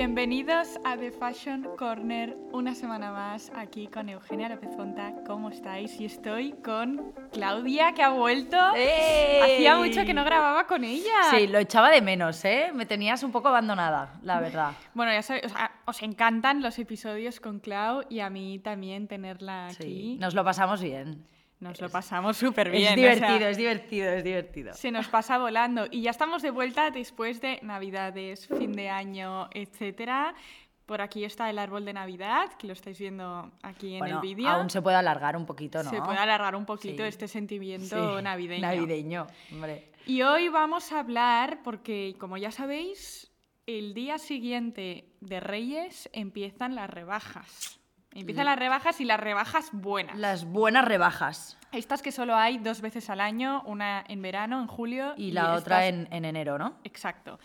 Bienvenidos a The Fashion Corner, una semana más aquí con Eugenia López Fonta. ¿Cómo estáis? Y estoy con Claudia, que ha vuelto. ¡Ey! Hacía mucho que no grababa con ella. Sí, lo echaba de menos, ¿eh? Me tenías un poco abandonada, la verdad. Bueno, ya sabéis, o sea, os encantan los episodios con Clau y a mí también tenerla Sí, aquí. nos lo pasamos bien. Nos lo pasamos súper bien. es o sea, divertido, es divertido, es divertido. Se nos pasa volando y ya estamos de vuelta después de Navidades, fin de año, etcétera. Por aquí está el árbol de Navidad, que lo estáis viendo aquí en bueno, el vídeo. aún se puede alargar un poquito, ¿no? Se puede alargar un poquito Sí. este sentimiento Sí, navideño. Navideño, hombre. Y hoy vamos a hablar, porque como ya sabéis, el día siguiente de Reyes empiezan las rebajas. Empiezan las rebajas y las rebajas buenas. Las buenas rebajas. Estas que solo hay dos veces al año, una en verano, en julio. Y la otra estas- en, en enero, ¿no? Exacto.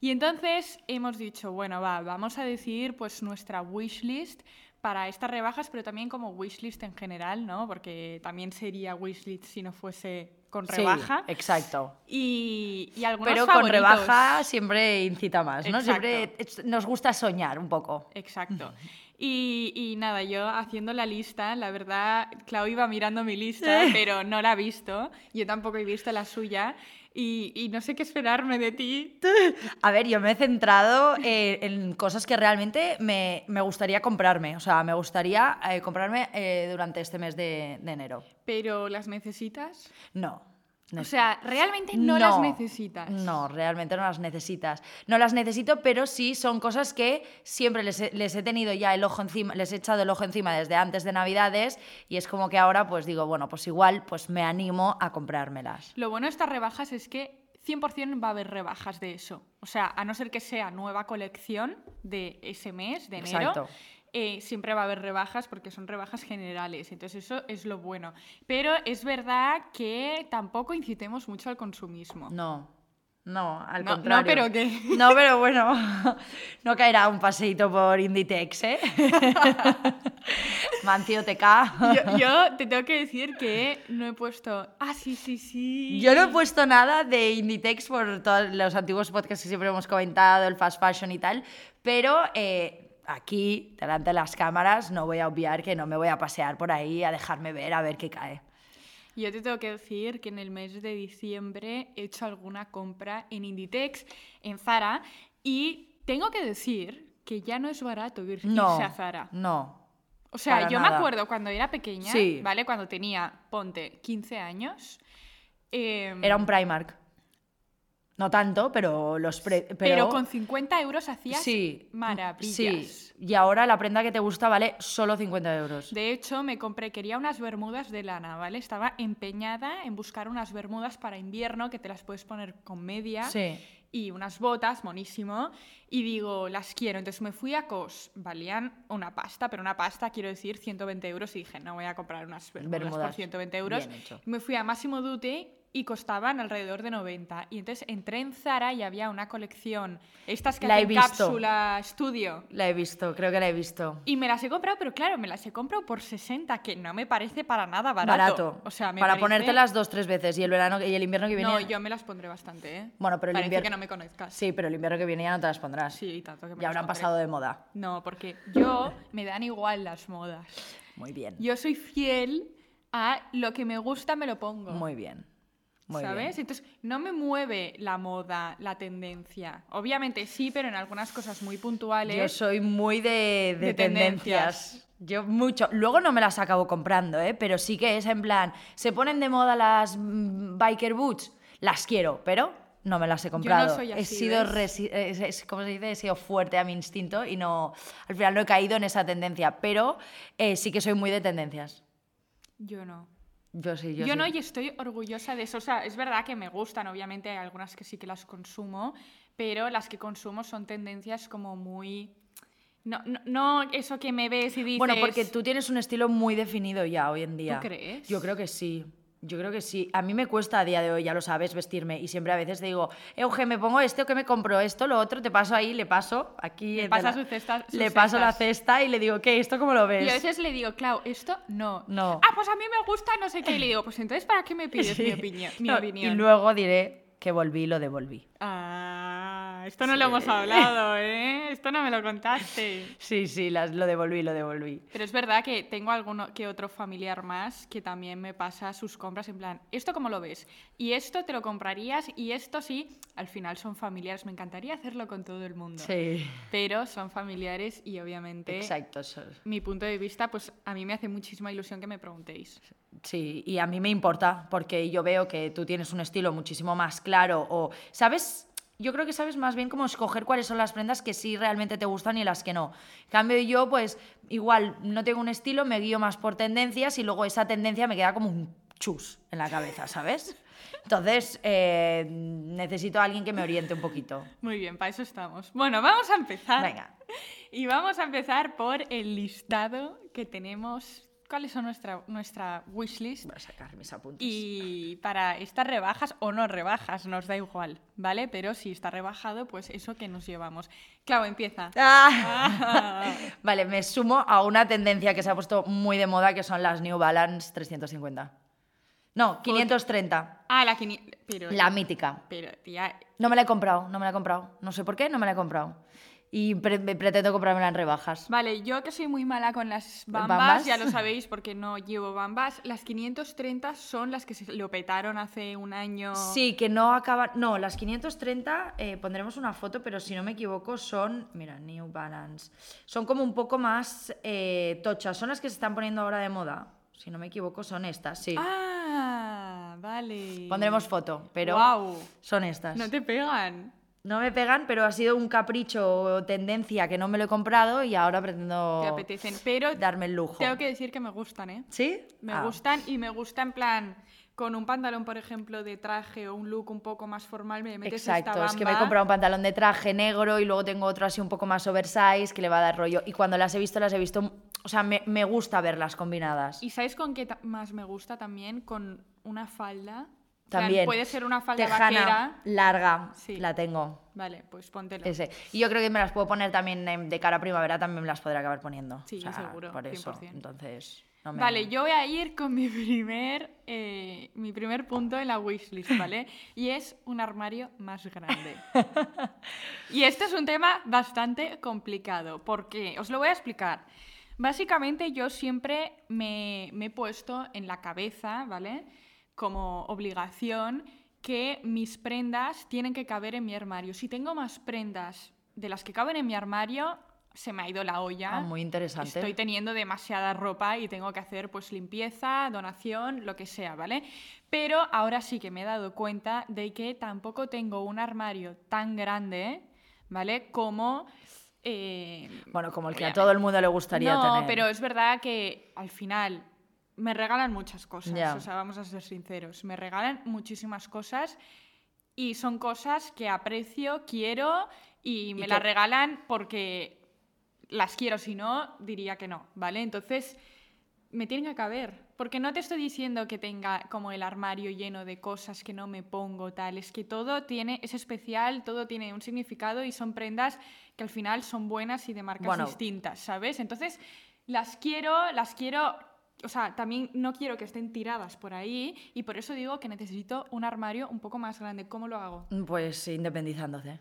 Y entonces hemos dicho, bueno, va, vamos a decidir pues nuestra wishlist para estas rebajas, pero también como wishlist en general, ¿no? Porque también sería wishlist si no fuese con Sí, rebaja. exacto. y, y algunos Pero con favoritos. rebaja siempre incita más, ¿no? Exacto. Siempre es- nos gusta soñar un poco. Exacto. Y, y nada, yo haciendo la lista, la verdad, Clau iba mirando mi lista, pero no la ha visto. Yo tampoco he visto la suya. Y, y no sé qué esperarme de ti. A ver, yo me he centrado eh, en cosas que realmente me, me gustaría comprarme. O sea, me gustaría eh, comprarme eh, durante este mes de, de enero. Pero las necesitas. No. no O es- sea, realmente no, las necesitas. No, realmente no las necesitas. No las necesito, pero sí son cosas que siempre les he, les he tenido ya el ojo encima, les he echado el ojo encima desde antes de Navidades y es como que ahora pues digo, bueno, pues igual pues me animo a comprármelas. Lo bueno de estas rebajas es que 100% va a haber rebajas de eso. O sea, a no ser que sea nueva colección de ese mes, de enero. Exacto. eh, siempre va a haber rebajas porque son rebajas generales, entonces eso es lo bueno. Pero es verdad que tampoco incitemos mucho al consumismo. No, no, al No, no, contrario. pero ¿qué? No, pero bueno, no caerá un paseíto por Inditex, ¿eh? Mancio TK. Yo, yo te tengo que decir que no he puesto, ah, sí, sí, sí. Yo no he puesto nada de Inditex por todos los antiguos podcasts que siempre hemos comentado, el fast fashion y tal, pero eh, aquí, delante de las cámaras, no voy a obviar que no me voy a pasear por ahí a dejarme ver a ver qué cae. Yo te tengo que decir que en el mes de diciembre he hecho alguna compra en Inditex, en Zara, y tengo que decir que ya no es barato irse No, a Zara. no. O sea, para yo me nada. acuerdo cuando era pequeña, Sí. ¿vale? Cuando tenía, ponte, 15 años. em, Era un Primark. No tanto, pero los... pre- pero... con 50 euros hacías Sí. maravillas. Sí, y ahora la prenda que te gusta vale solo 50 euros. De hecho, me compré, quería unas bermudas de lana, ¿vale? Estaba empeñada en buscar unas bermudas para invierno que te las puedes poner con media. Sí. y unas botas, monísimo, y digo, las quiero. Entonces me fui a COS, valían una pasta, pero una pasta, quiero decir, 120 euros, y dije, no voy a comprar unas bermudas, por Bermudas. 120 euros. Bien hecho. Me fui a Máximo Duty y costaban alrededor de 90. Y entonces entré en Zara y había una colección, estas que La he hacen visto. cápsula estudio. La he visto, creo que la he visto. Y me las he comprado, pero claro, me las he comprado por 60, que no me parece para nada barato. Barato. O sea, me Para parece- ponértelas dos, tres veces. Y el verano y el invierno que viene. No, yo me las pondré bastante, ¿eh? Bueno, pero el Parece invierno- que no me conozcas. Sí, pero el invierno que viene ya no te las pondrás. Sí, y tanto que me las ya habrán pondré. pasado de moda. No, porque yo me dan igual las modas. Muy bien. Yo soy fiel a lo que me gusta, me lo pongo. Muy bien. Muy ¿Sabes? bien. Entonces, no me mueve la moda, la tendencia. Obviamente sí, pero en algunas cosas muy puntuales. Yo soy muy de, de De tendencias. tendencias. Yo mucho. Luego no me las acabo comprando, ¿eh? Pero sí que es en plan. Se ponen de moda las mm, biker boots. Las quiero, pero no me las he comprado. soy he así, sido, ¿ves? resi- eh, es- es- ¿cómo se dice? He sido fuerte a mi instinto y no. Al final no he caído en esa tendencia, pero eh, sí que soy muy de tendencias. Yo no. Yo sí, yo, Yo, no, sí. y estoy orgullosa de eso. O sea, es verdad que me gustan, obviamente hay algunas que sí que las consumo, pero las que consumo son tendencias como muy... No, no, no eso que me ves y dices... Bueno, porque tú tienes un estilo muy definido ya hoy en día. crees? Yo creo que sí. Yo creo que sí. A mí me cuesta a día de hoy, ya lo sabes, vestirme. Y siempre a veces digo, Euge, me pongo esto, que me compro esto, lo otro, te paso ahí, le paso aquí. en pasa la- su cesta- sus le paso la cestas. cesta y le digo, ¿qué? ¿Esto cómo lo ves? Y a veces le digo, Clau, esto no. No. Ah, pues a mí me gusta, no sé qué. Y le digo, pues entonces, ¿para qué me pides Sí. mi opinión? Mi No, opinión? Y luego diré que volví y lo devolví. Ah, Anda, esto no lo hemos hablado, ¿eh? Esto no me lo contaste. Sí, sí, las, lo devolví, lo devolví. Pero es verdad que tengo alguno que otro familiar más que también me pasa sus compras en plan, ¿esto cómo lo ves? Y esto te lo comprarías y esto sí. Al final son familiares, me encantaría hacerlo con todo el mundo. Sí. Pero son familiares y obviamente Exacto. so- mi punto de vista, pues a mí me hace muchísima ilusión que me preguntéis. Sí, y a mí me importa porque yo veo que tú tienes un estilo muchísimo más claro o sabes, yo creo que sabes más bien cómo escoger cuáles son las prendas que sí realmente te gustan y las que no. En cambio yo pues igual no tengo un estilo, me guío más por tendencias y luego esa tendencia me queda como un chus en la cabeza, ¿sabes? Entonces eh, necesito a alguien que me oriente un poquito. Muy bien, para eso estamos. Bueno, vamos a empezar. Venga. Y vamos a empezar por el listado que tenemos. ¿Cuáles son nuestra, nuestra wishlist? Voy a sacar mis apuntes. Y para estas rebajas o no rebajas, nos da igual, ¿vale? Pero si está rebajado, pues eso que nos llevamos. Clau, empieza. Ah. Vale, me sumo a una tendencia que se ha puesto muy de moda, que son las New Balance 350. No, 530, Ah, la quini- Pero, la mítica. pero, tía, No me la he comprado, no me la he comprado. No sé por qué, no me la he comprado. Y pre- me- pretendo comprármela en rebajas. Vale, yo que soy muy mala con las bambas, ¿Bambas? ya lo sabéis porque no llevo bambas. Las 530 son las que se lo petaron hace un año. Sí, que no acaban... No, las 530, eh, pondremos una foto, pero si no me equivoco son... Mira, New Balance. Son como un poco más eh, tochas. Son las que se están poniendo ahora de moda. Si no me equivoco son estas, sí. Ah, vale. Pondremos foto, pero Guau. son estas. No te pegan. No me pegan, pero ha sido un capricho o tendencia que no me lo he comprado y ahora pretendo Te apetecen, pero darme el lujo. tengo que decir que me gustan, ¿eh? ¿Sí? Me Ah. gustan y me gusta en plan con un pantalón, por ejemplo, de traje o un look un poco más formal, me metes Exacto, esta bamba. es que me he comprado un pantalón de traje negro y luego tengo otro así un poco más oversize que le va a dar rollo. Y cuando las he visto, las he visto... O sea, me, me gusta verlas combinadas. ¿Y sabes con qué ta- más me gusta también? Con una falda. En plan, También. Puede ser una falda Tejana, vaquera. larga, Sí. la tengo. Vale, pues póntelo. Ese. Y yo creo que me las puedo poner también em, de cara a primavera, también me las podré acabar poniendo. Sí, O sea, seguro, Por eso, 100%. entonces... no me- Vale, yo voy a ir con mi primer, eh, mi primer punto en la wishlist, ¿vale? Y es un armario más grande. Y este es un tema bastante complicado, porque os lo voy a explicar. Básicamente yo siempre me, me he puesto en la cabeza, ¿vale? Como obligación que mis prendas tienen que caber en mi armario. Si tengo más prendas de las que caben en mi armario, se me ha ido la olla. Ah, muy interesante. Estoy teniendo demasiada ropa y tengo que hacer pues limpieza, donación, lo que sea, ¿vale? Pero ahora sí que me he dado cuenta de que tampoco tengo un armario tan grande, ¿vale? Como... eh, Bueno, como el que a Obviamente. todo el mundo le gustaría no, tener. pero es verdad que al final me regalan muchas cosas, Ya. o sea, vamos a ser sinceros, me regalan muchísimas cosas y son cosas que aprecio, quiero y me Y las que- regalan porque las quiero, si no, diría que no, ¿vale? Entonces, me tienen que caber, porque no te estoy diciendo que tenga como el armario lleno de cosas que no me pongo, tal, es que todo tiene, es especial, todo tiene un significado y son prendas que al final son buenas y de marcas Bueno. distintas, ¿sabes? Entonces, las quiero, las quiero, o sea, también no quiero que estén tiradas por ahí y por eso digo que necesito un armario un poco más grande. ¿Cómo lo hago? Pues independizándose.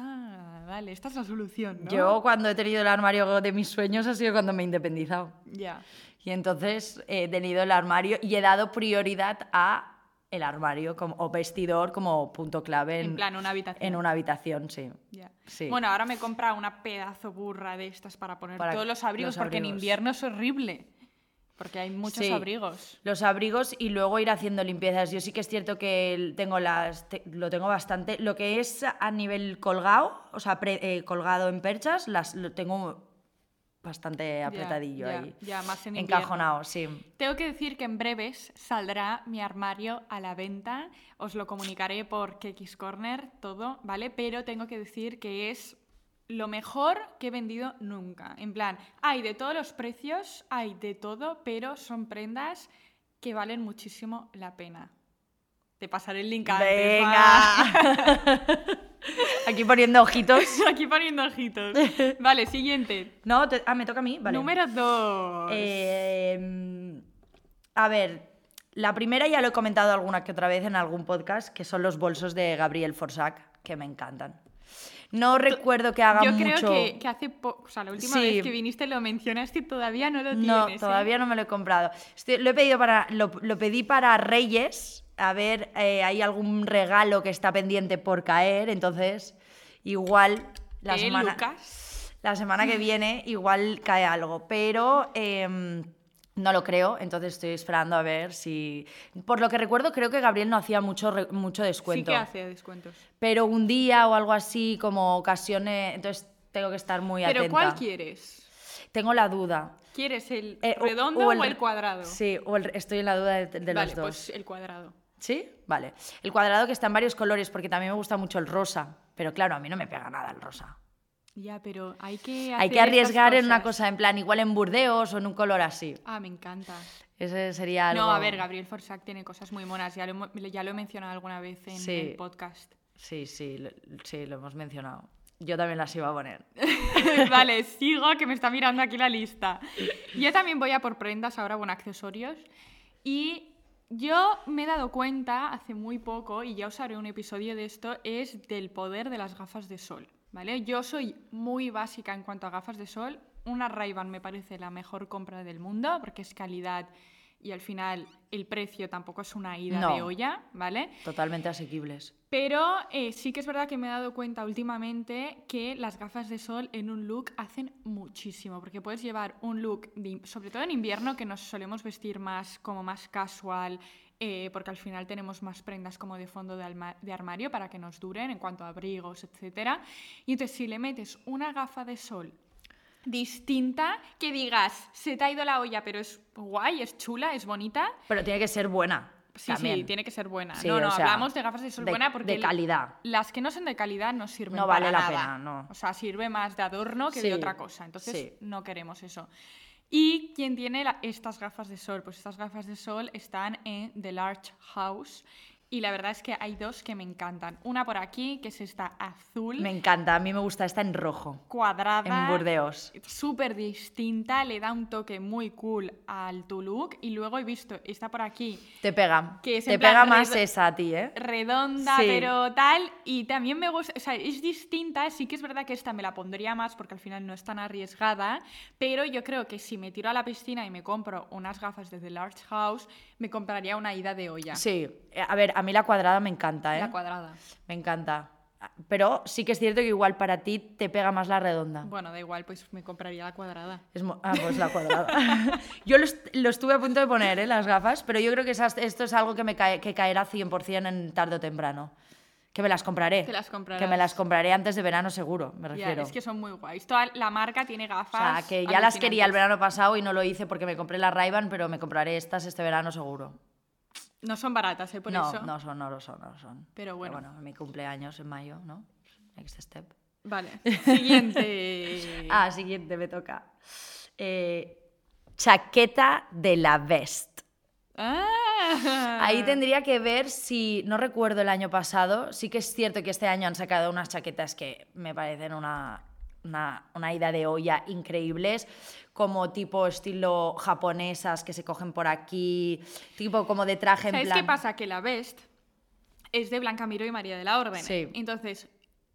Ah, vale, esta es la solución, ¿no? Yo cuando he tenido el armario de mis sueños ha sido cuando me he independizado. Ya. Y entonces he tenido el armario y he dado prioridad a el armario como, o vestidor como punto clave en, En plan, una habitación. en una habitación, sí. Ya. Sí. Bueno, ahora me he comprado una pedazo burra de estas para poner Para todos los abrigos, los porque en abrigos. invierno es horrible. Porque hay muchos Sí. abrigos. Los abrigos y luego ir haciendo limpiezas. Yo sí que es cierto que el- tengo las, te- lo tengo bastante. Lo que es a nivel colgado, o sea, pre- eh, colgado en perchas, las lo tengo bastante apretadillo ya, ahí. ya, más en invierno. Encajonado, sí. Tengo que decir que en breves saldrá mi armario a la venta. Os lo comunicaré por KX Corner, todo, ¿vale? Pero tengo que decir que es lo mejor que he vendido nunca. En plan, hay de todos los precios, hay de todo, pero son prendas que valen muchísimo la pena. Te pasaré el link antes. va. Venga. Aquí poniendo ojitos. Aquí poniendo ojitos. Vale, siguiente. No, te- ah, me toca a mí, vale. Número 2. Eh, a ver, la primera ya lo he comentado alguna que otra vez en algún podcast, que son los bolsos de Gabriel Forsac, que me encantan. No recuerdo que haga Yo creo mucho. que, que hace poco, o sea, la última Sí. vez que viniste lo mencionaste y todavía no lo No, tienes. ¿eh? todavía no me lo he comprado. Estoy- lo he pedido para. Lo, lo pedí para Reyes. A ver, eh, hay algún regalo que está pendiente por caer. Entonces, igual la Eh, semana. Lucas, La semana que viene igual cae algo, pero em, no lo creo, entonces estoy esperando a ver si... Por lo que recuerdo, creo que Gabriel no hacía mucho, re- mucho descuento, sí que hace descuentos. pero un día o algo así, como ocasiones, entonces tengo que estar muy Pero atenta. ¿cuál quieres? Tengo la duda. ¿Quieres el Eh, o- redondo o el, cuadrado? Sí, o el- estoy en la duda de, de vale, los dos. pues el cuadrado. ¿Sí? Vale. El cuadrado que está en varios colores, porque también me gusta mucho el rosa, pero claro, a mí no me pega nada el rosa. Ya, pero hay que Hay hacer que estas arriesgar en una cosas. cosa, en plan, igual en Burdeos o en un color así. Ah, me encanta. Ese sería algo. No, a ver, Gabriel Forsak tiene cosas muy monas. Ya lo, hemo- ya lo he mencionado alguna vez en Sí. el podcast. Sí, sí, lo, sí, lo hemos mencionado. Yo también las iba a poner. vale, sigo que me está mirando aquí la lista. Yo también voy a por prendas ahora, bueno, accesorios. Y yo me he dado cuenta hace muy poco, y ya os haré un episodio de esto, es del poder de las gafas de sol. ¿Vale? Yo soy muy básica en cuanto a gafas de sol. Una ray me parece la mejor compra del mundo porque es calidad y al final el precio tampoco es una ida de No. olla, ¿vale? Totalmente asequibles. Pero eh, sí que es verdad que me he dado cuenta últimamente que las gafas de sol en un look hacen muchísimo, porque puedes llevar un look, de in- sobre todo en invierno, que nos solemos vestir más como más casual, eh, porque al final tenemos más prendas como de fondo de, alma- de armario para que nos duren en cuanto a abrigos, etc. Y entonces si le metes una gafa de sol distinta, que digas, se te ha ido la olla, pero es guay, es chula, es bonita, Pero tiene que ser buena. Sí, sí, tiene que ser buena. Sí, no, no, o sea, hablamos de gafas de sol de- buena porque. de el- calidad. Las que no son de calidad no sirven No vale para la nada. pena, no. O sea, sirve más de adorno que Sí, de otra cosa. Entonces, sí. no queremos eso. ¿Y quién tiene la- estas gafas de sol? Pues estas gafas de sol están en The Large House. Y la verdad es que hay dos que me encantan. Una por aquí, que es esta azul, Me encanta, a mí me gusta esta en rojo, cuadrada. en Burdeos. Súper distinta, le da un toque muy cool al tu look. Y luego he visto esta por aquí, Te pega. Que es en Te plan pega más redondo- esa a ti, ¿eh? redonda, Sí. pero tal. Y también me gusta, o sea, es distinta. Sí que es verdad que esta me la pondría más porque al final no es tan arriesgada. Pero yo creo que si me tiro a la piscina y me compro unas gafas de The Large House, me compraría una ida de olla. Sí. Eh, A ver, a mí la cuadrada me encanta, ¿eh? La cuadrada. Me encanta. Pero sí que es cierto que igual para ti te pega más la redonda. Bueno, da igual, pues me compraría la cuadrada. Es mo- ah, pues la cuadrada. yo lo, est- lo estuve a punto de poner, ¿eh? las gafas, pero yo creo que esas- esto es algo que me cae- que caerá 100% en tarde o temprano. Que me las compraré. Te las comprarás. Que me las compraré antes de verano seguro, me Ya, refiero. es que son muy guays. Toda la marca tiene o sea, gafas. que ya las quería el alucinantes. verano pasado y no lo hice porque me compré las ray pero me compraré estas este verano seguro. No son baratas, ¿eh? Por no, eso. no son, no lo son, no lo son. Pero bueno. en mi cumpleaños en mayo, ¿no? Next step. Vale. Siguiente. Ah, siguiente me toca. Eh, chaqueta de la vest. Ah. Ahí tendría que ver si, no recuerdo el año pasado, sí que es cierto que este año han sacado unas chaquetas que me parecen una, una, una ida de olla increíbles, como tipo estilo japonesas que se cogen por aquí, tipo como de traje en ¿Sabes plan... qué pasa? Que la Best es de Blanca Miro y María de la Orden. ¿eh? Sí. Entonces,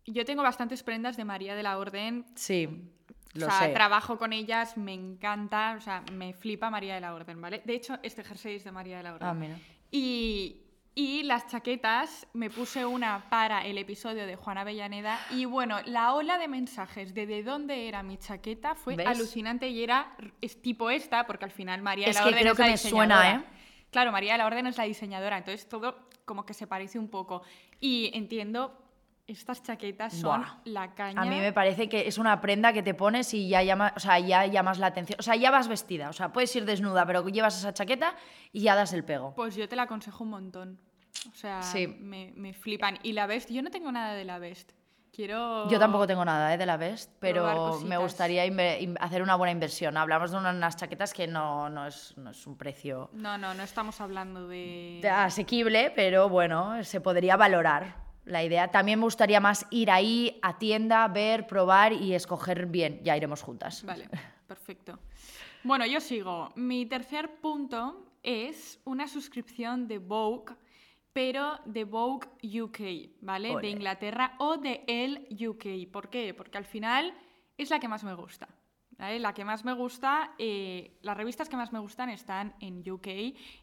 yo tengo bastantes prendas de María de la Orden. Sí, lo o sea, sé. trabajo con ellas, me encanta, o sea, me flipa María de la Orden, ¿vale? De hecho, este jersey es de María de la Orden. Ah, mira. Y, y las chaquetas, me puse una para el episodio de Juana Avellaneda. Y bueno, la ola de mensajes de de dónde era mi chaqueta fue ¿Ves? alucinante y era es tipo esta, porque al final María Es de la que Orden creo es que la me suena, diseñadora. ¿eh? Claro, María de la Orden es la diseñadora, entonces todo como que se parece un poco. Y entiendo, estas chaquetas son Buah. la caña. A mí me parece que es una prenda que te pones y ya llama, o sea, ya llamas la atención. O sea, ya vas vestida. O sea, puedes ir desnuda, pero llevas esa chaqueta y ya das el pego. Pues yo te la aconsejo un montón. O sea, Sí. me, me flipan. Y la Best, yo no tengo nada de la Best. Quiero... Yo tampoco tengo nada ¿eh? de la vest, Probar pero cositas. me gustaría inve- in- hacer una buena inversión. Hablamos de unas chaquetas que no, no, es, no es un precio No, no, no estamos hablando de. ah. asequible, pero bueno, se podría valorar la idea. También me gustaría más ir ahí a tienda, ver, probar y escoger bien. Ya iremos juntas. Vale, perfecto. Bueno, yo sigo. Mi tercer punto es una suscripción de Vogue pero de Vogue UK, ¿vale? Ole. De Inglaterra o de el UK. ¿Por qué? Porque al final es la que más me gusta. ¿vale? La que más me gusta, eh, las revistas que más me gustan están en UK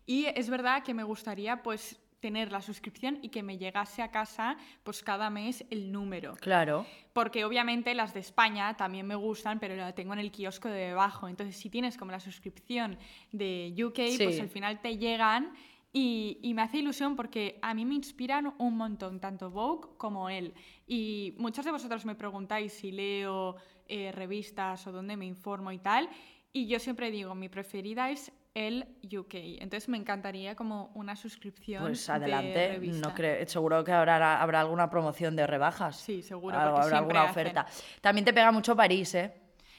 y es verdad que me gustaría pues tener la suscripción y que me llegase a casa pues cada mes el número. Claro. Porque obviamente las de España también me gustan, pero la tengo en el kiosco de debajo. Entonces, si tienes como la suscripción de UK, Sí. pues al final te llegan. Y, y me hace ilusión porque a mí me inspiran un montón, tanto Vogue como él. Y muchos de vosotros me preguntáis si leo eh, revistas o dónde me informo y tal. Y yo siempre digo, mi preferida es el UK. Entonces me encantaría como una suscripción. Pues de adelante, no revista. creo, seguro que habrá, habrá alguna promoción de rebajas. Sí, seguro, Algo- porque habrá siempre alguna hacen. oferta. También te pega mucho París, ¿eh?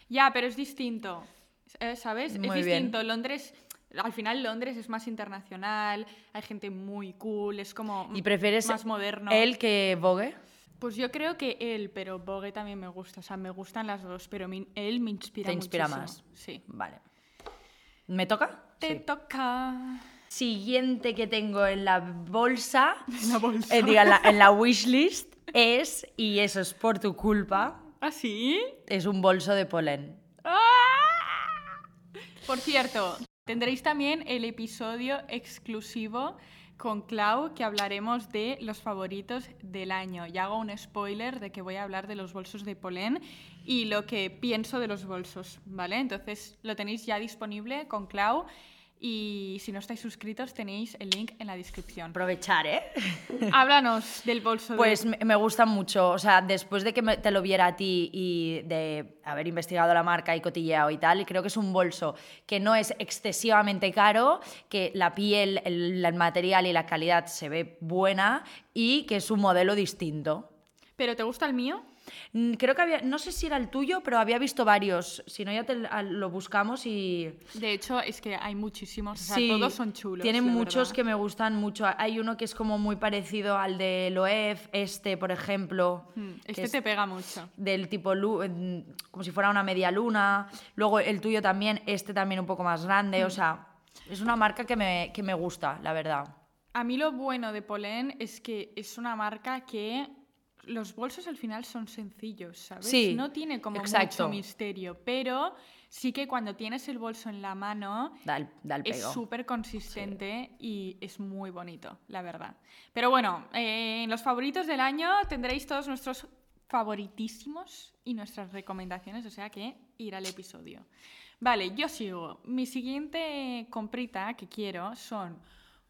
Ya, pero es distinto. eh, ¿Sabes? Muy es bien. distinto. Londres, al final Londres es más internacional, hay gente muy cool, es como ¿Y prefieres Mm, más moderno. él que Vogue? Pues yo creo que él, pero Vogue también me gusta, o sea, me gustan las dos, pero mi- él me inspira Te inspira muchísimo. Sí. Vale. ¿Me toca? Te Sí. toca Siguiente que tengo en la bolsa, la bolsa. eh, diga, en la, en la wishlist, es, y eso es por tu culpa, ¿Ah, sí? es un bolso de polen. Por cierto, tendréis también el episodio exclusivo con Clau que hablaremos de los favoritos del año. Y hago un spoiler de que voy a hablar de los bolsos de Polén y lo que pienso de los bolsos, ¿vale? Entonces lo tenéis ya disponible con Clau y si no estáis suscritos tenéis el link en la descripción. Aprovechar, ¿eh? Háblanos del bolso Pues de... me me gusta mucho, o sea, después de que me- te lo viera a ti y de haber investigado la marca y cotilleado y tal, creo que es un bolso que no es excesivamente caro, que la piel, el, el material y la calidad se ve buena y que es un modelo distinto. ¿Pero te gusta el mío? Mm, Creo que había, no sé si era el tuyo, pero había visto varios, si no ya te l- al- lo buscamos y... De hecho, es que hay muchísimos, o sea, Sí, todos son chulos. Tienen la muchos verdad. que me gustan mucho. Hay uno que es como muy parecido al de Loef, este, por ejemplo. Mm, que Este es- te pega mucho. del tipo lu- en- como si fuera una media luna. Luego el tuyo también, este también un poco más grande. O Mm. sea, es una marca que me, que me gusta, la verdad. A mí lo bueno de Polén es que es una marca que los bolsos al final son sencillos, ¿sabes? Sí, no tiene como exacto. mucho misterio, pero sí que cuando tienes el bolso en la mano Da el, da el es pego. súper consistente y es muy bonito, la verdad. Pero bueno, eh, en los favoritos del año tendréis todos nuestros favoritísimos y nuestras recomendaciones, o sea que ir al episodio. Vale, yo sigo. Mi siguiente comprita que quiero son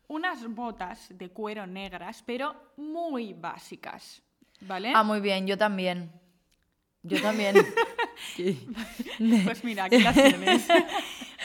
unas botas de cuero negras, pero muy básicas, ¿vale? Ah, muy bien, yo también. Yo también. Sí. Pues mira, aquí las tienes.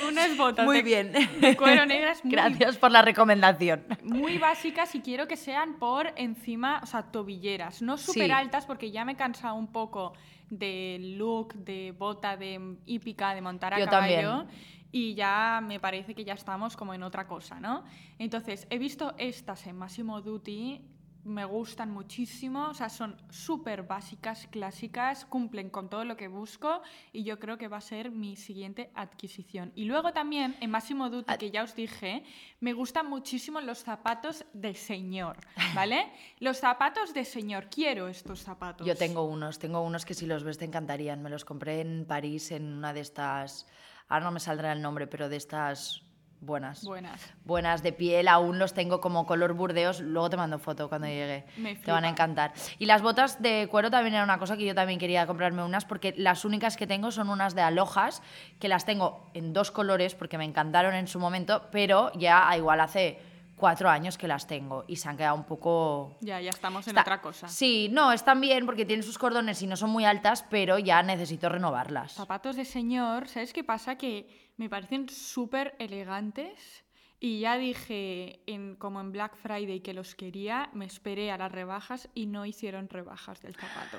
unas botas Muy de, bien. de cuero negras muy Gracias por la recomendación. muy básicas y quiero que sean por encima, o sea, tobilleras, no Sí. súper altas porque ya me he cansado un poco del look de bota de hípica, de montar a Yo caballo. también. Y ya me parece que ya estamos como en otra cosa, ¿no? Entonces, he visto estas en Massimo Duty, me gustan muchísimo, o sea, son súper básicas, clásicas, cumplen con todo lo que busco y yo creo que va a ser mi siguiente adquisición. Y luego también en Massimo Duty, que ya os dije, me gustan muchísimo los zapatos de señor, ¿vale? los zapatos de señor, quiero estos zapatos. Yo tengo unos, tengo unos que si los ves te encantarían. Me los compré en París en una de estas. Ahora no me saldrá el nombre, pero de estas buenas. Buenas. buenas de piel, aún los tengo como color burdeos, luego te mando foto cuando llegue. Mm, Me te van a flipan. encantar. Y las botas de cuero también era una cosa que yo también quería comprarme unas porque las únicas que tengo son unas de alojas, que las tengo en dos colores porque me encantaron en su momento, pero ya a igual hace cuatro años que las tengo y se han quedado un poco... Ya, ya estamos en Está- otra cosa. Sí, no, están bien porque tienen sus cordones y no son muy altas, pero ya necesito renovarlas. Zapatos de señor, ¿sabes qué pasa? Que me parecen súper elegantes y ya dije, en, como en Black Friday que los quería, me esperé a las rebajas y no hicieron rebajas del zapato.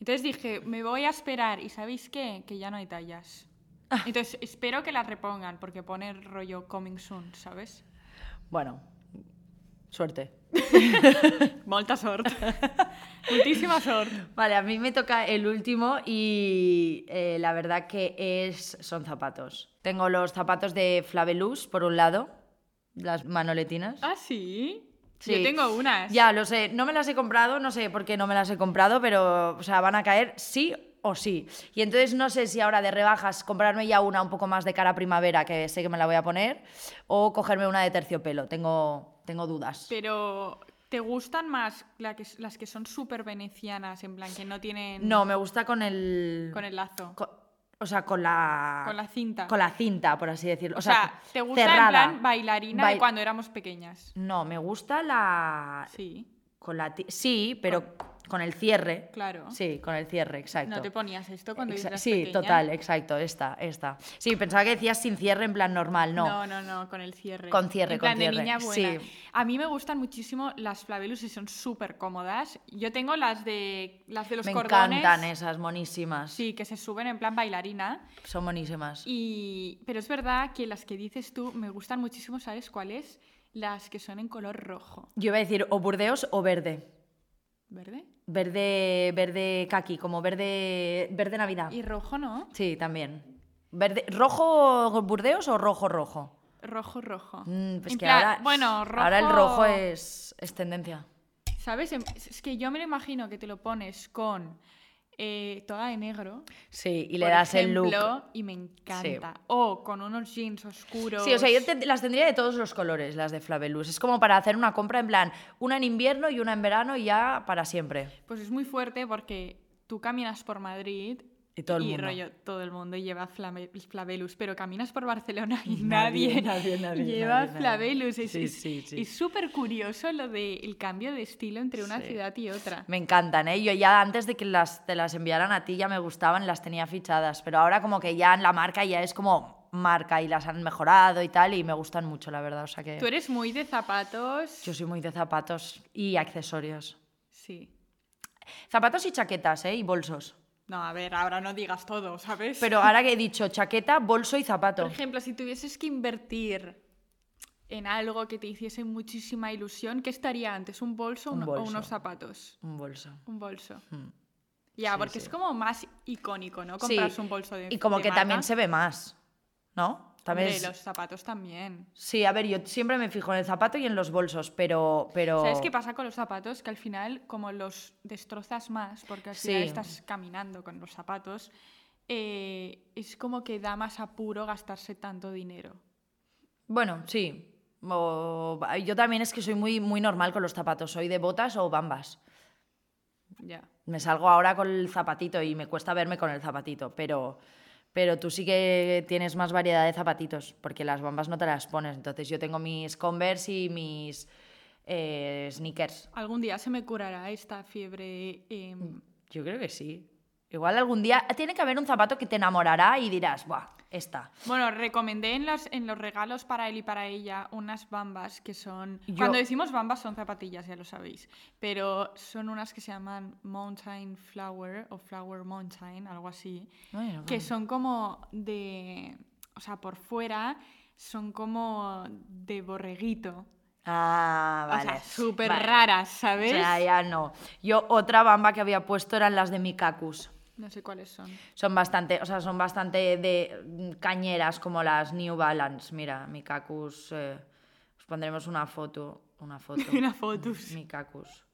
Entonces dije, me voy a esperar y ¿sabéis qué? Que ya no hay tallas. Entonces espero que las repongan porque pone rollo coming soon, ¿sabes? Bueno, suerte. Molta sort. Muchísima sort. Vale, a mí me toca el último y eh, la verdad que es, son zapatos. Tengo los zapatos de Flavelus, por un lado, las manoletinas. ¿Ah, sí? Yo tengo unas. Ya, lo sé. No me las he comprado, no sé por qué no me las he comprado, pero, o sea, van a caer sí o sí. Y entonces no sé si ahora de rebajas comprarme ya una un poco más de cara a primavera, que sé que me la voy a poner, o cogerme una de terciopelo. Tengo, tengo dudas. Pero, ¿te gustan más la que- las que son súper venecianas, en plan, que no tienen... No, me gusta con el... Con el lazo. Con, co- o sea, con la... la cinta. con la cinta, por así decirlo. o sea, ¿te gusta cerrada. en plan bailarina de Bail- cuando éramos pequeñas? No, me gusta la... Sí, Con la ti- Sí, pero con el cierre. claro. Sí, con el cierre, exacto. No te ponías esto cuando Exa- eras sí, pequeña? total, eh, exacto, esta, esta. Sí, pensaba que decías sin cierre en plan normal, no. No, no, no, con el cierre. Con cierre, En plan con de cierre, niña buena. sí. A mí me gustan muchísimo las flabelus y son súper cómodas. Yo tengo las de las de los Me cordones. encantan esas, monísimas. Sí, que se suben en plan bailarina. Son monísimas. Y... Pero es verdad que las que dices tú me gustan muchísimo, ¿sabes cuáles? Las que son en color rojo. Yo iba a decir o burdeos o verde. ¿Verde? Verde, verde kaki, como verde, verde navidad. Y rojo, ¿no? Sí, también. Verde, ¿Rojo burdeos o rojo rojo? Rojo, rojo. Mm, pues En que plan, ahora, bueno, rojo... ahora el rojo es, es tendencia. ¿Sabes? Em- Es que yo me lo imagino que te lo pones con eh, toda de negro. Sí, y le por das el look. ejemplo, Y me encanta. O con unos jeans oscuros. Sí, o sea, yo te- las tendría de todos los colores, las de Flavelus. Es como para hacer una compra en plan, una en invierno y una en verano y ya para siempre. Pues es muy fuerte porque tú caminas por Madrid. Y todo el mundo. rollo, todo el mundo lleva flame- flabelus, pero caminas por Barcelona y, Y nadie, nadie, nadie, nadie, lleva nadie, nadie. flabelus. Es- Sí, es- sí, sí. Es súper curioso lo del cambio de estilo entre una Sí. ciudad y otra. Me encantan, ¿eh? Yo ya antes de que las, te las enviaran a ti ya me gustaban, las tenía fichadas, pero ahora como que ya en la marca ya es como marca y las han mejorado y tal y me gustan mucho, la verdad. O sea que Tú eres muy de zapatos. yo soy muy de zapatos y accesorios. Sí. Zapatos y chaquetas, ¿eh? Y bolsos. No, a ver, ahora no digas todo, ¿sabes? Pero ahora que he dicho chaqueta, bolso y zapato. Por ejemplo, si tuvieses que invertir en algo que te hiciese muchísima ilusión, ¿qué estaría antes? ¿Un bolso, o Un uno- o bolso. unos zapatos? Un bolso. Un bolso. Hmm. Ya, Sí, porque sí. es como más icónico, ¿no? Sí, Comprarse un bolso de Y como de que marca. también se ve más, ¿no? También Hombre, es- los zapatos también. Sí, a ver, yo siempre me fijo en el zapato y en los bolsos, pero... pero... ¿Sabes qué pasa con los zapatos? Que al final, como los destrozas más, porque al final Sí. estás caminando con los zapatos, eh, es como que da más apuro gastarse tanto dinero. Bueno, sí. O- Yo también es que soy muy, muy normal con los zapatos. Soy de botas o bambas. Ya. Me salgo ahora con el zapatito y me cuesta verme con el zapatito, pero... Pero tú sí que tienes más variedad de zapatitos, porque las bambas no te las pones. Entonces yo tengo mis Converse y mis eh, sneakers. Algún día se me curará esta fiebre. em, Yo creo que sí. Igual algún día tiene que haber un zapato que te enamorará y dirás, ¡buah! Esta. Bueno, recomendé en los, en los regalos para él y para ella unas bambas que son... Yo- Cuando decimos bambas son zapatillas, ya lo sabéis. Pero son unas que se llaman Mountain Flower o Flower Mountain, algo así. Que son como de... O sea, por fuera son como de borreguito. Ah, o vale. sea, súper Vale. raras, O ¿sabes? sea, ya no. Yo otra bamba que había puesto eran las de Mikakus. No sé cuáles son. Son bastante, o sea, son bastante de mm, cañeras como las New Balance. Mira, Mikakus. eh, os pondremos una foto. Una foto. Una fotos. Mikakus.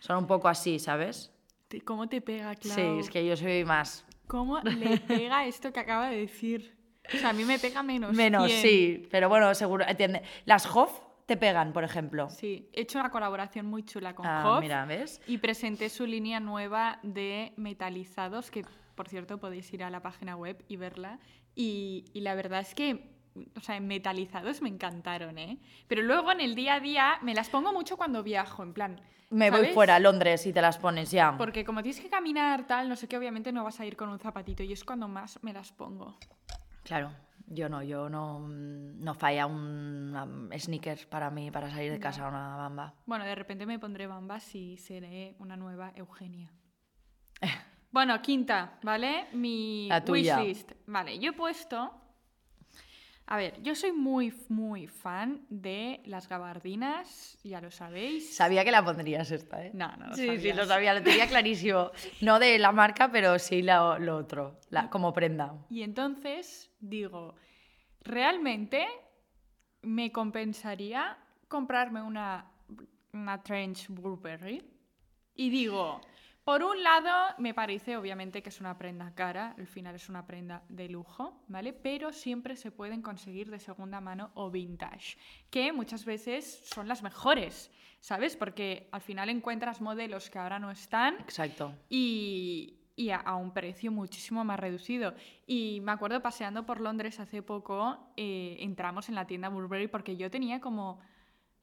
Son un poco así, ¿sabes? Te- ¿Cómo te pega, Clau? Sí, es que yo soy más ¿Cómo le pega esto que acaba de decir? O sea, a mí me pega menos. Menos, 100. sí. Pero bueno, seguro. entiende. Las Hof te pegan, por ejemplo. Sí, he hecho una colaboración muy chula con Ah, Hoff mira, ¿ves? y presenté su línea nueva de metalizados, que por cierto podéis ir a la página web y verla. Y, y la verdad es que, o sea, en metalizados me encantaron, ¿eh? Pero luego en el día a día me las pongo mucho cuando viajo, en plan. Me voy ¿sabes? fuera a Londres y te las pones ya. Porque como tienes que caminar, tal, no sé qué, obviamente no vas a ir con un zapatito y es cuando más me las pongo. Claro, yo no, yo no, mm, no falla un um, sneaker para mí, para salir de casa, una bamba. Bueno, de repente me pondré bambas y seré una nueva Eugenia. Bueno, quinta, ¿vale? Mi La tuya. wishlist. Vale, yo he puesto. A ver, yo soy muy, muy fan de las gabardinas, ya lo sabéis. Sabía que la pondrías esta, ¿eh? No, no lo sí, sí, sabías. lo sabía, lo tenía clarísimo. No de la marca, pero sí la- lo otro, la, Mm. como prenda. Y entonces digo, ¿realmente me compensaría comprarme una una Trench Burberry y digo, por un lado, me parece obviamente que es una prenda cara, al final es una prenda de lujo, ¿vale? Pero siempre se pueden conseguir de segunda mano o vintage, que muchas veces son las mejores, ¿sabes? Porque al final encuentras modelos que ahora no están Exacto. y, y a, a un precio muchísimo más reducido. Y me acuerdo paseando por Londres hace poco, eh, entramos en la tienda Burberry porque yo tenía como,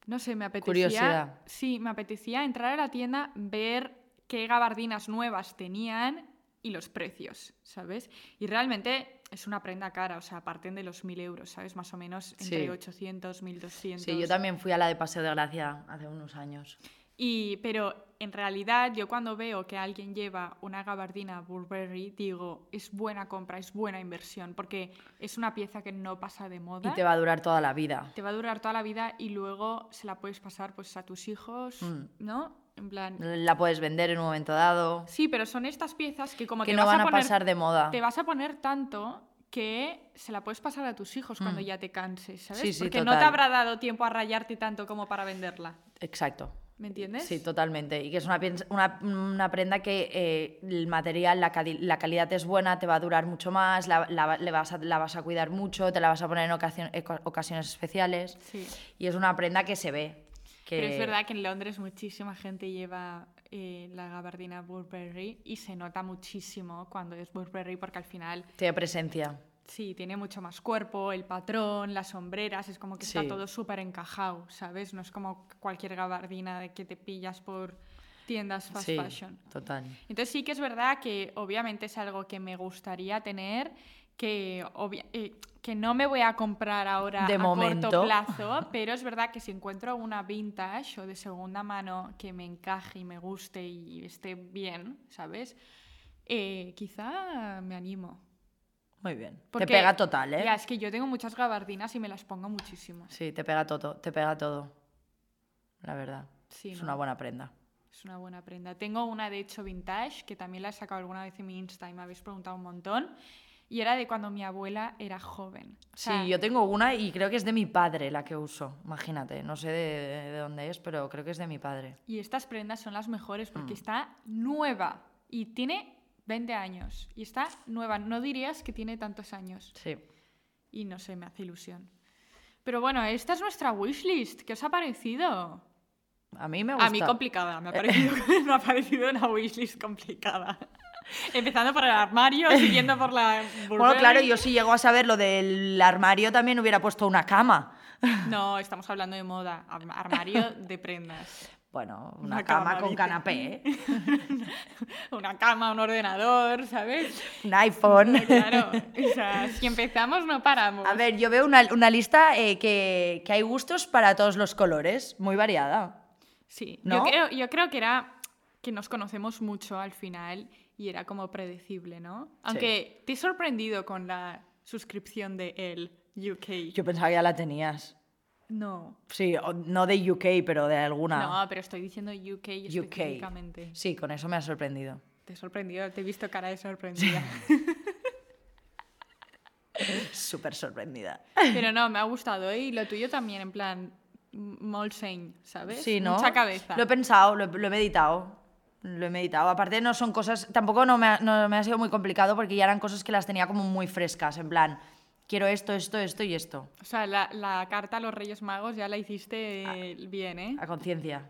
no sé, me apetecía... Curiosidad. Sí, me apetecía entrar a la tienda, ver qué gabardinas nuevas tenían y los precios, ¿sabes? Y realmente es una prenda cara, o sea, parten de los 1.000 euros, ¿sabes? Más o menos entre Sí. 800, 1.200. Sí, yo también fui a la de Paseo de Gracia hace unos años. Y, pero en realidad yo cuando veo que alguien lleva una gabardina Burberry, digo, es buena compra, es buena inversión, porque es una pieza que no pasa de moda. Y te va a durar toda la vida. te va a durar toda la vida y luego se la puedes pasar pues a tus hijos, Mm. ¿no? En plan... La puedes vender en un momento dado. Sí, pero son estas piezas que como Que te no vas van a, poner- pasar de moda. te vas a poner tanto que se la puedes pasar a tus hijos cuando Mm. ya te canses, ¿sabes? Sí, sí, Porque no te total. habrá dado tiempo a rayarte tanto como para venderla. Exacto. ¿Me entiendes? Sí, totalmente. Y que es una, piens- una, una prenda que eh, el material, la, cali- la calidad es buena, te va a durar mucho más, la, la va- le vas a, la vas a cuidar mucho, te la vas a poner en ocasión- eco- ocasiones especiales. Sí. Y es una prenda que se ve. Que... Pero es verdad que en Londres muchísima gente lleva eh, la gabardina Burberry y se nota muchísimo cuando es Burberry porque al final Tiene presencia. sí, tiene mucho más cuerpo, el patrón, las sombreras, es como que está Sí. todo súper encajado, ¿sabes? No es como cualquier gabardina de que te pillas por tiendas fast sí, fashion. total. Entonces sí que es verdad que obviamente es algo que me gustaría tener, que, obvia- eh, que no me voy a comprar ahora De a corto momento. plazo, pero es verdad que si encuentro una vintage o de segunda mano que me encaje y me guste y esté bien, ¿sabes? Eh, quizá me animo. Muy bien. Porque- Te pega total, ¿eh? Ya, es que yo tengo muchas gabardinas y me las pongo muchísimo. Sí, te pega todo, te pega todo. La verdad. Sí, es ¿no? una buena prenda. Es una buena prenda. Tengo una, de hecho, vintage, que también la he sacado alguna vez en mi Insta y me habéis preguntado un montón. Y era de cuando mi abuela era joven. O sea, sí, yo tengo una y creo que es de mi padre la que uso. Imagínate, no sé de, de dónde es, pero creo que es de mi padre. Y estas prendas son las mejores porque Mm. está nueva y tiene 20 años. Y está nueva. No dirías que tiene tantos años. Sí. Y no sé, me hace ilusión. Pero bueno, esta es nuestra wishlist. ¿Qué os ha parecido? A mí me gusta. A mí complicada, me ha parecido, me ha parecido una wishlist complicada. Empezando por el armario, siguiendo por la... Bueno, claro, Burberry. yo si llego a saber lo del armario también hubiera puesto una cama. No, estamos hablando de moda, ar- armario de prendas. Bueno, una, Una cama, cama, con dice. canapé, ¿eh? Una cama, un ordenador, ¿sabes? un iPhone. Claro, o sea, si empezamos no paramos. A ver, yo veo una, una lista eh, que, que hay gustos para todos los colores, muy variada. Sí, ¿No? yo, creo, yo creo que era que nos conocemos mucho al final y era como predecible, ¿no? Aunque te he sorprendido con la suscripción de el UK. Yo pensaba que ya la tenías. No. Sí, o- no de UK, pero de alguna. No, pero estoy diciendo UK específicamente. UK. Sí, con eso me ha sorprendido. Te he sorprendido, te he visto cara de sorprendida. Súper sorprendida. Pero no, me ha gustado. ¿eh? Y lo tuyo también, en plan, m- molt seny, ¿sabes? Sí, ¿no? Mucha cabeza. Lo he pensado, lo he, lo he meditado. Lo he meditado. Aparte, no son cosas. Tampoco no me, ha, no me ha sido muy complicado porque ya eran cosas que las tenía como muy frescas. En plan, quiero esto, esto, esto y esto. O sea, la, la carta a los Reyes Magos ya la hiciste eh, bien, ¿eh? A conciencia.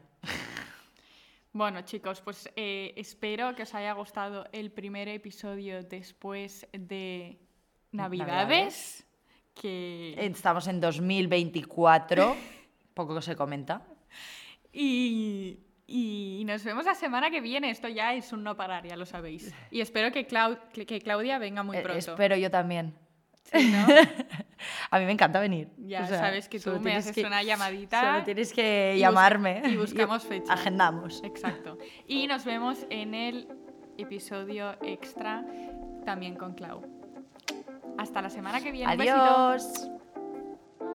Bueno, chicos, pues eh, espero que os haya gustado el primer episodio después de Navidades. Navidades. Que... Estamos en 2024. Poco se comenta. Y, y nos vemos la semana que viene. Esto ya es un no parar, ya lo sabéis. Y espero que, Clau- que- que Claudia venga muy Eh, pronto. espero yo también. Sí, ¿no? A mí me encanta venir. Ya O sea, sabes que tú solo me tienes haces que- una llamadita. Solo tienes que y bus- llamarme. y buscamos fecha. Agendamos. Exacto. Y nos vemos en el episodio extra también con Clau. Hasta la semana que viene. Un besito. Adiós.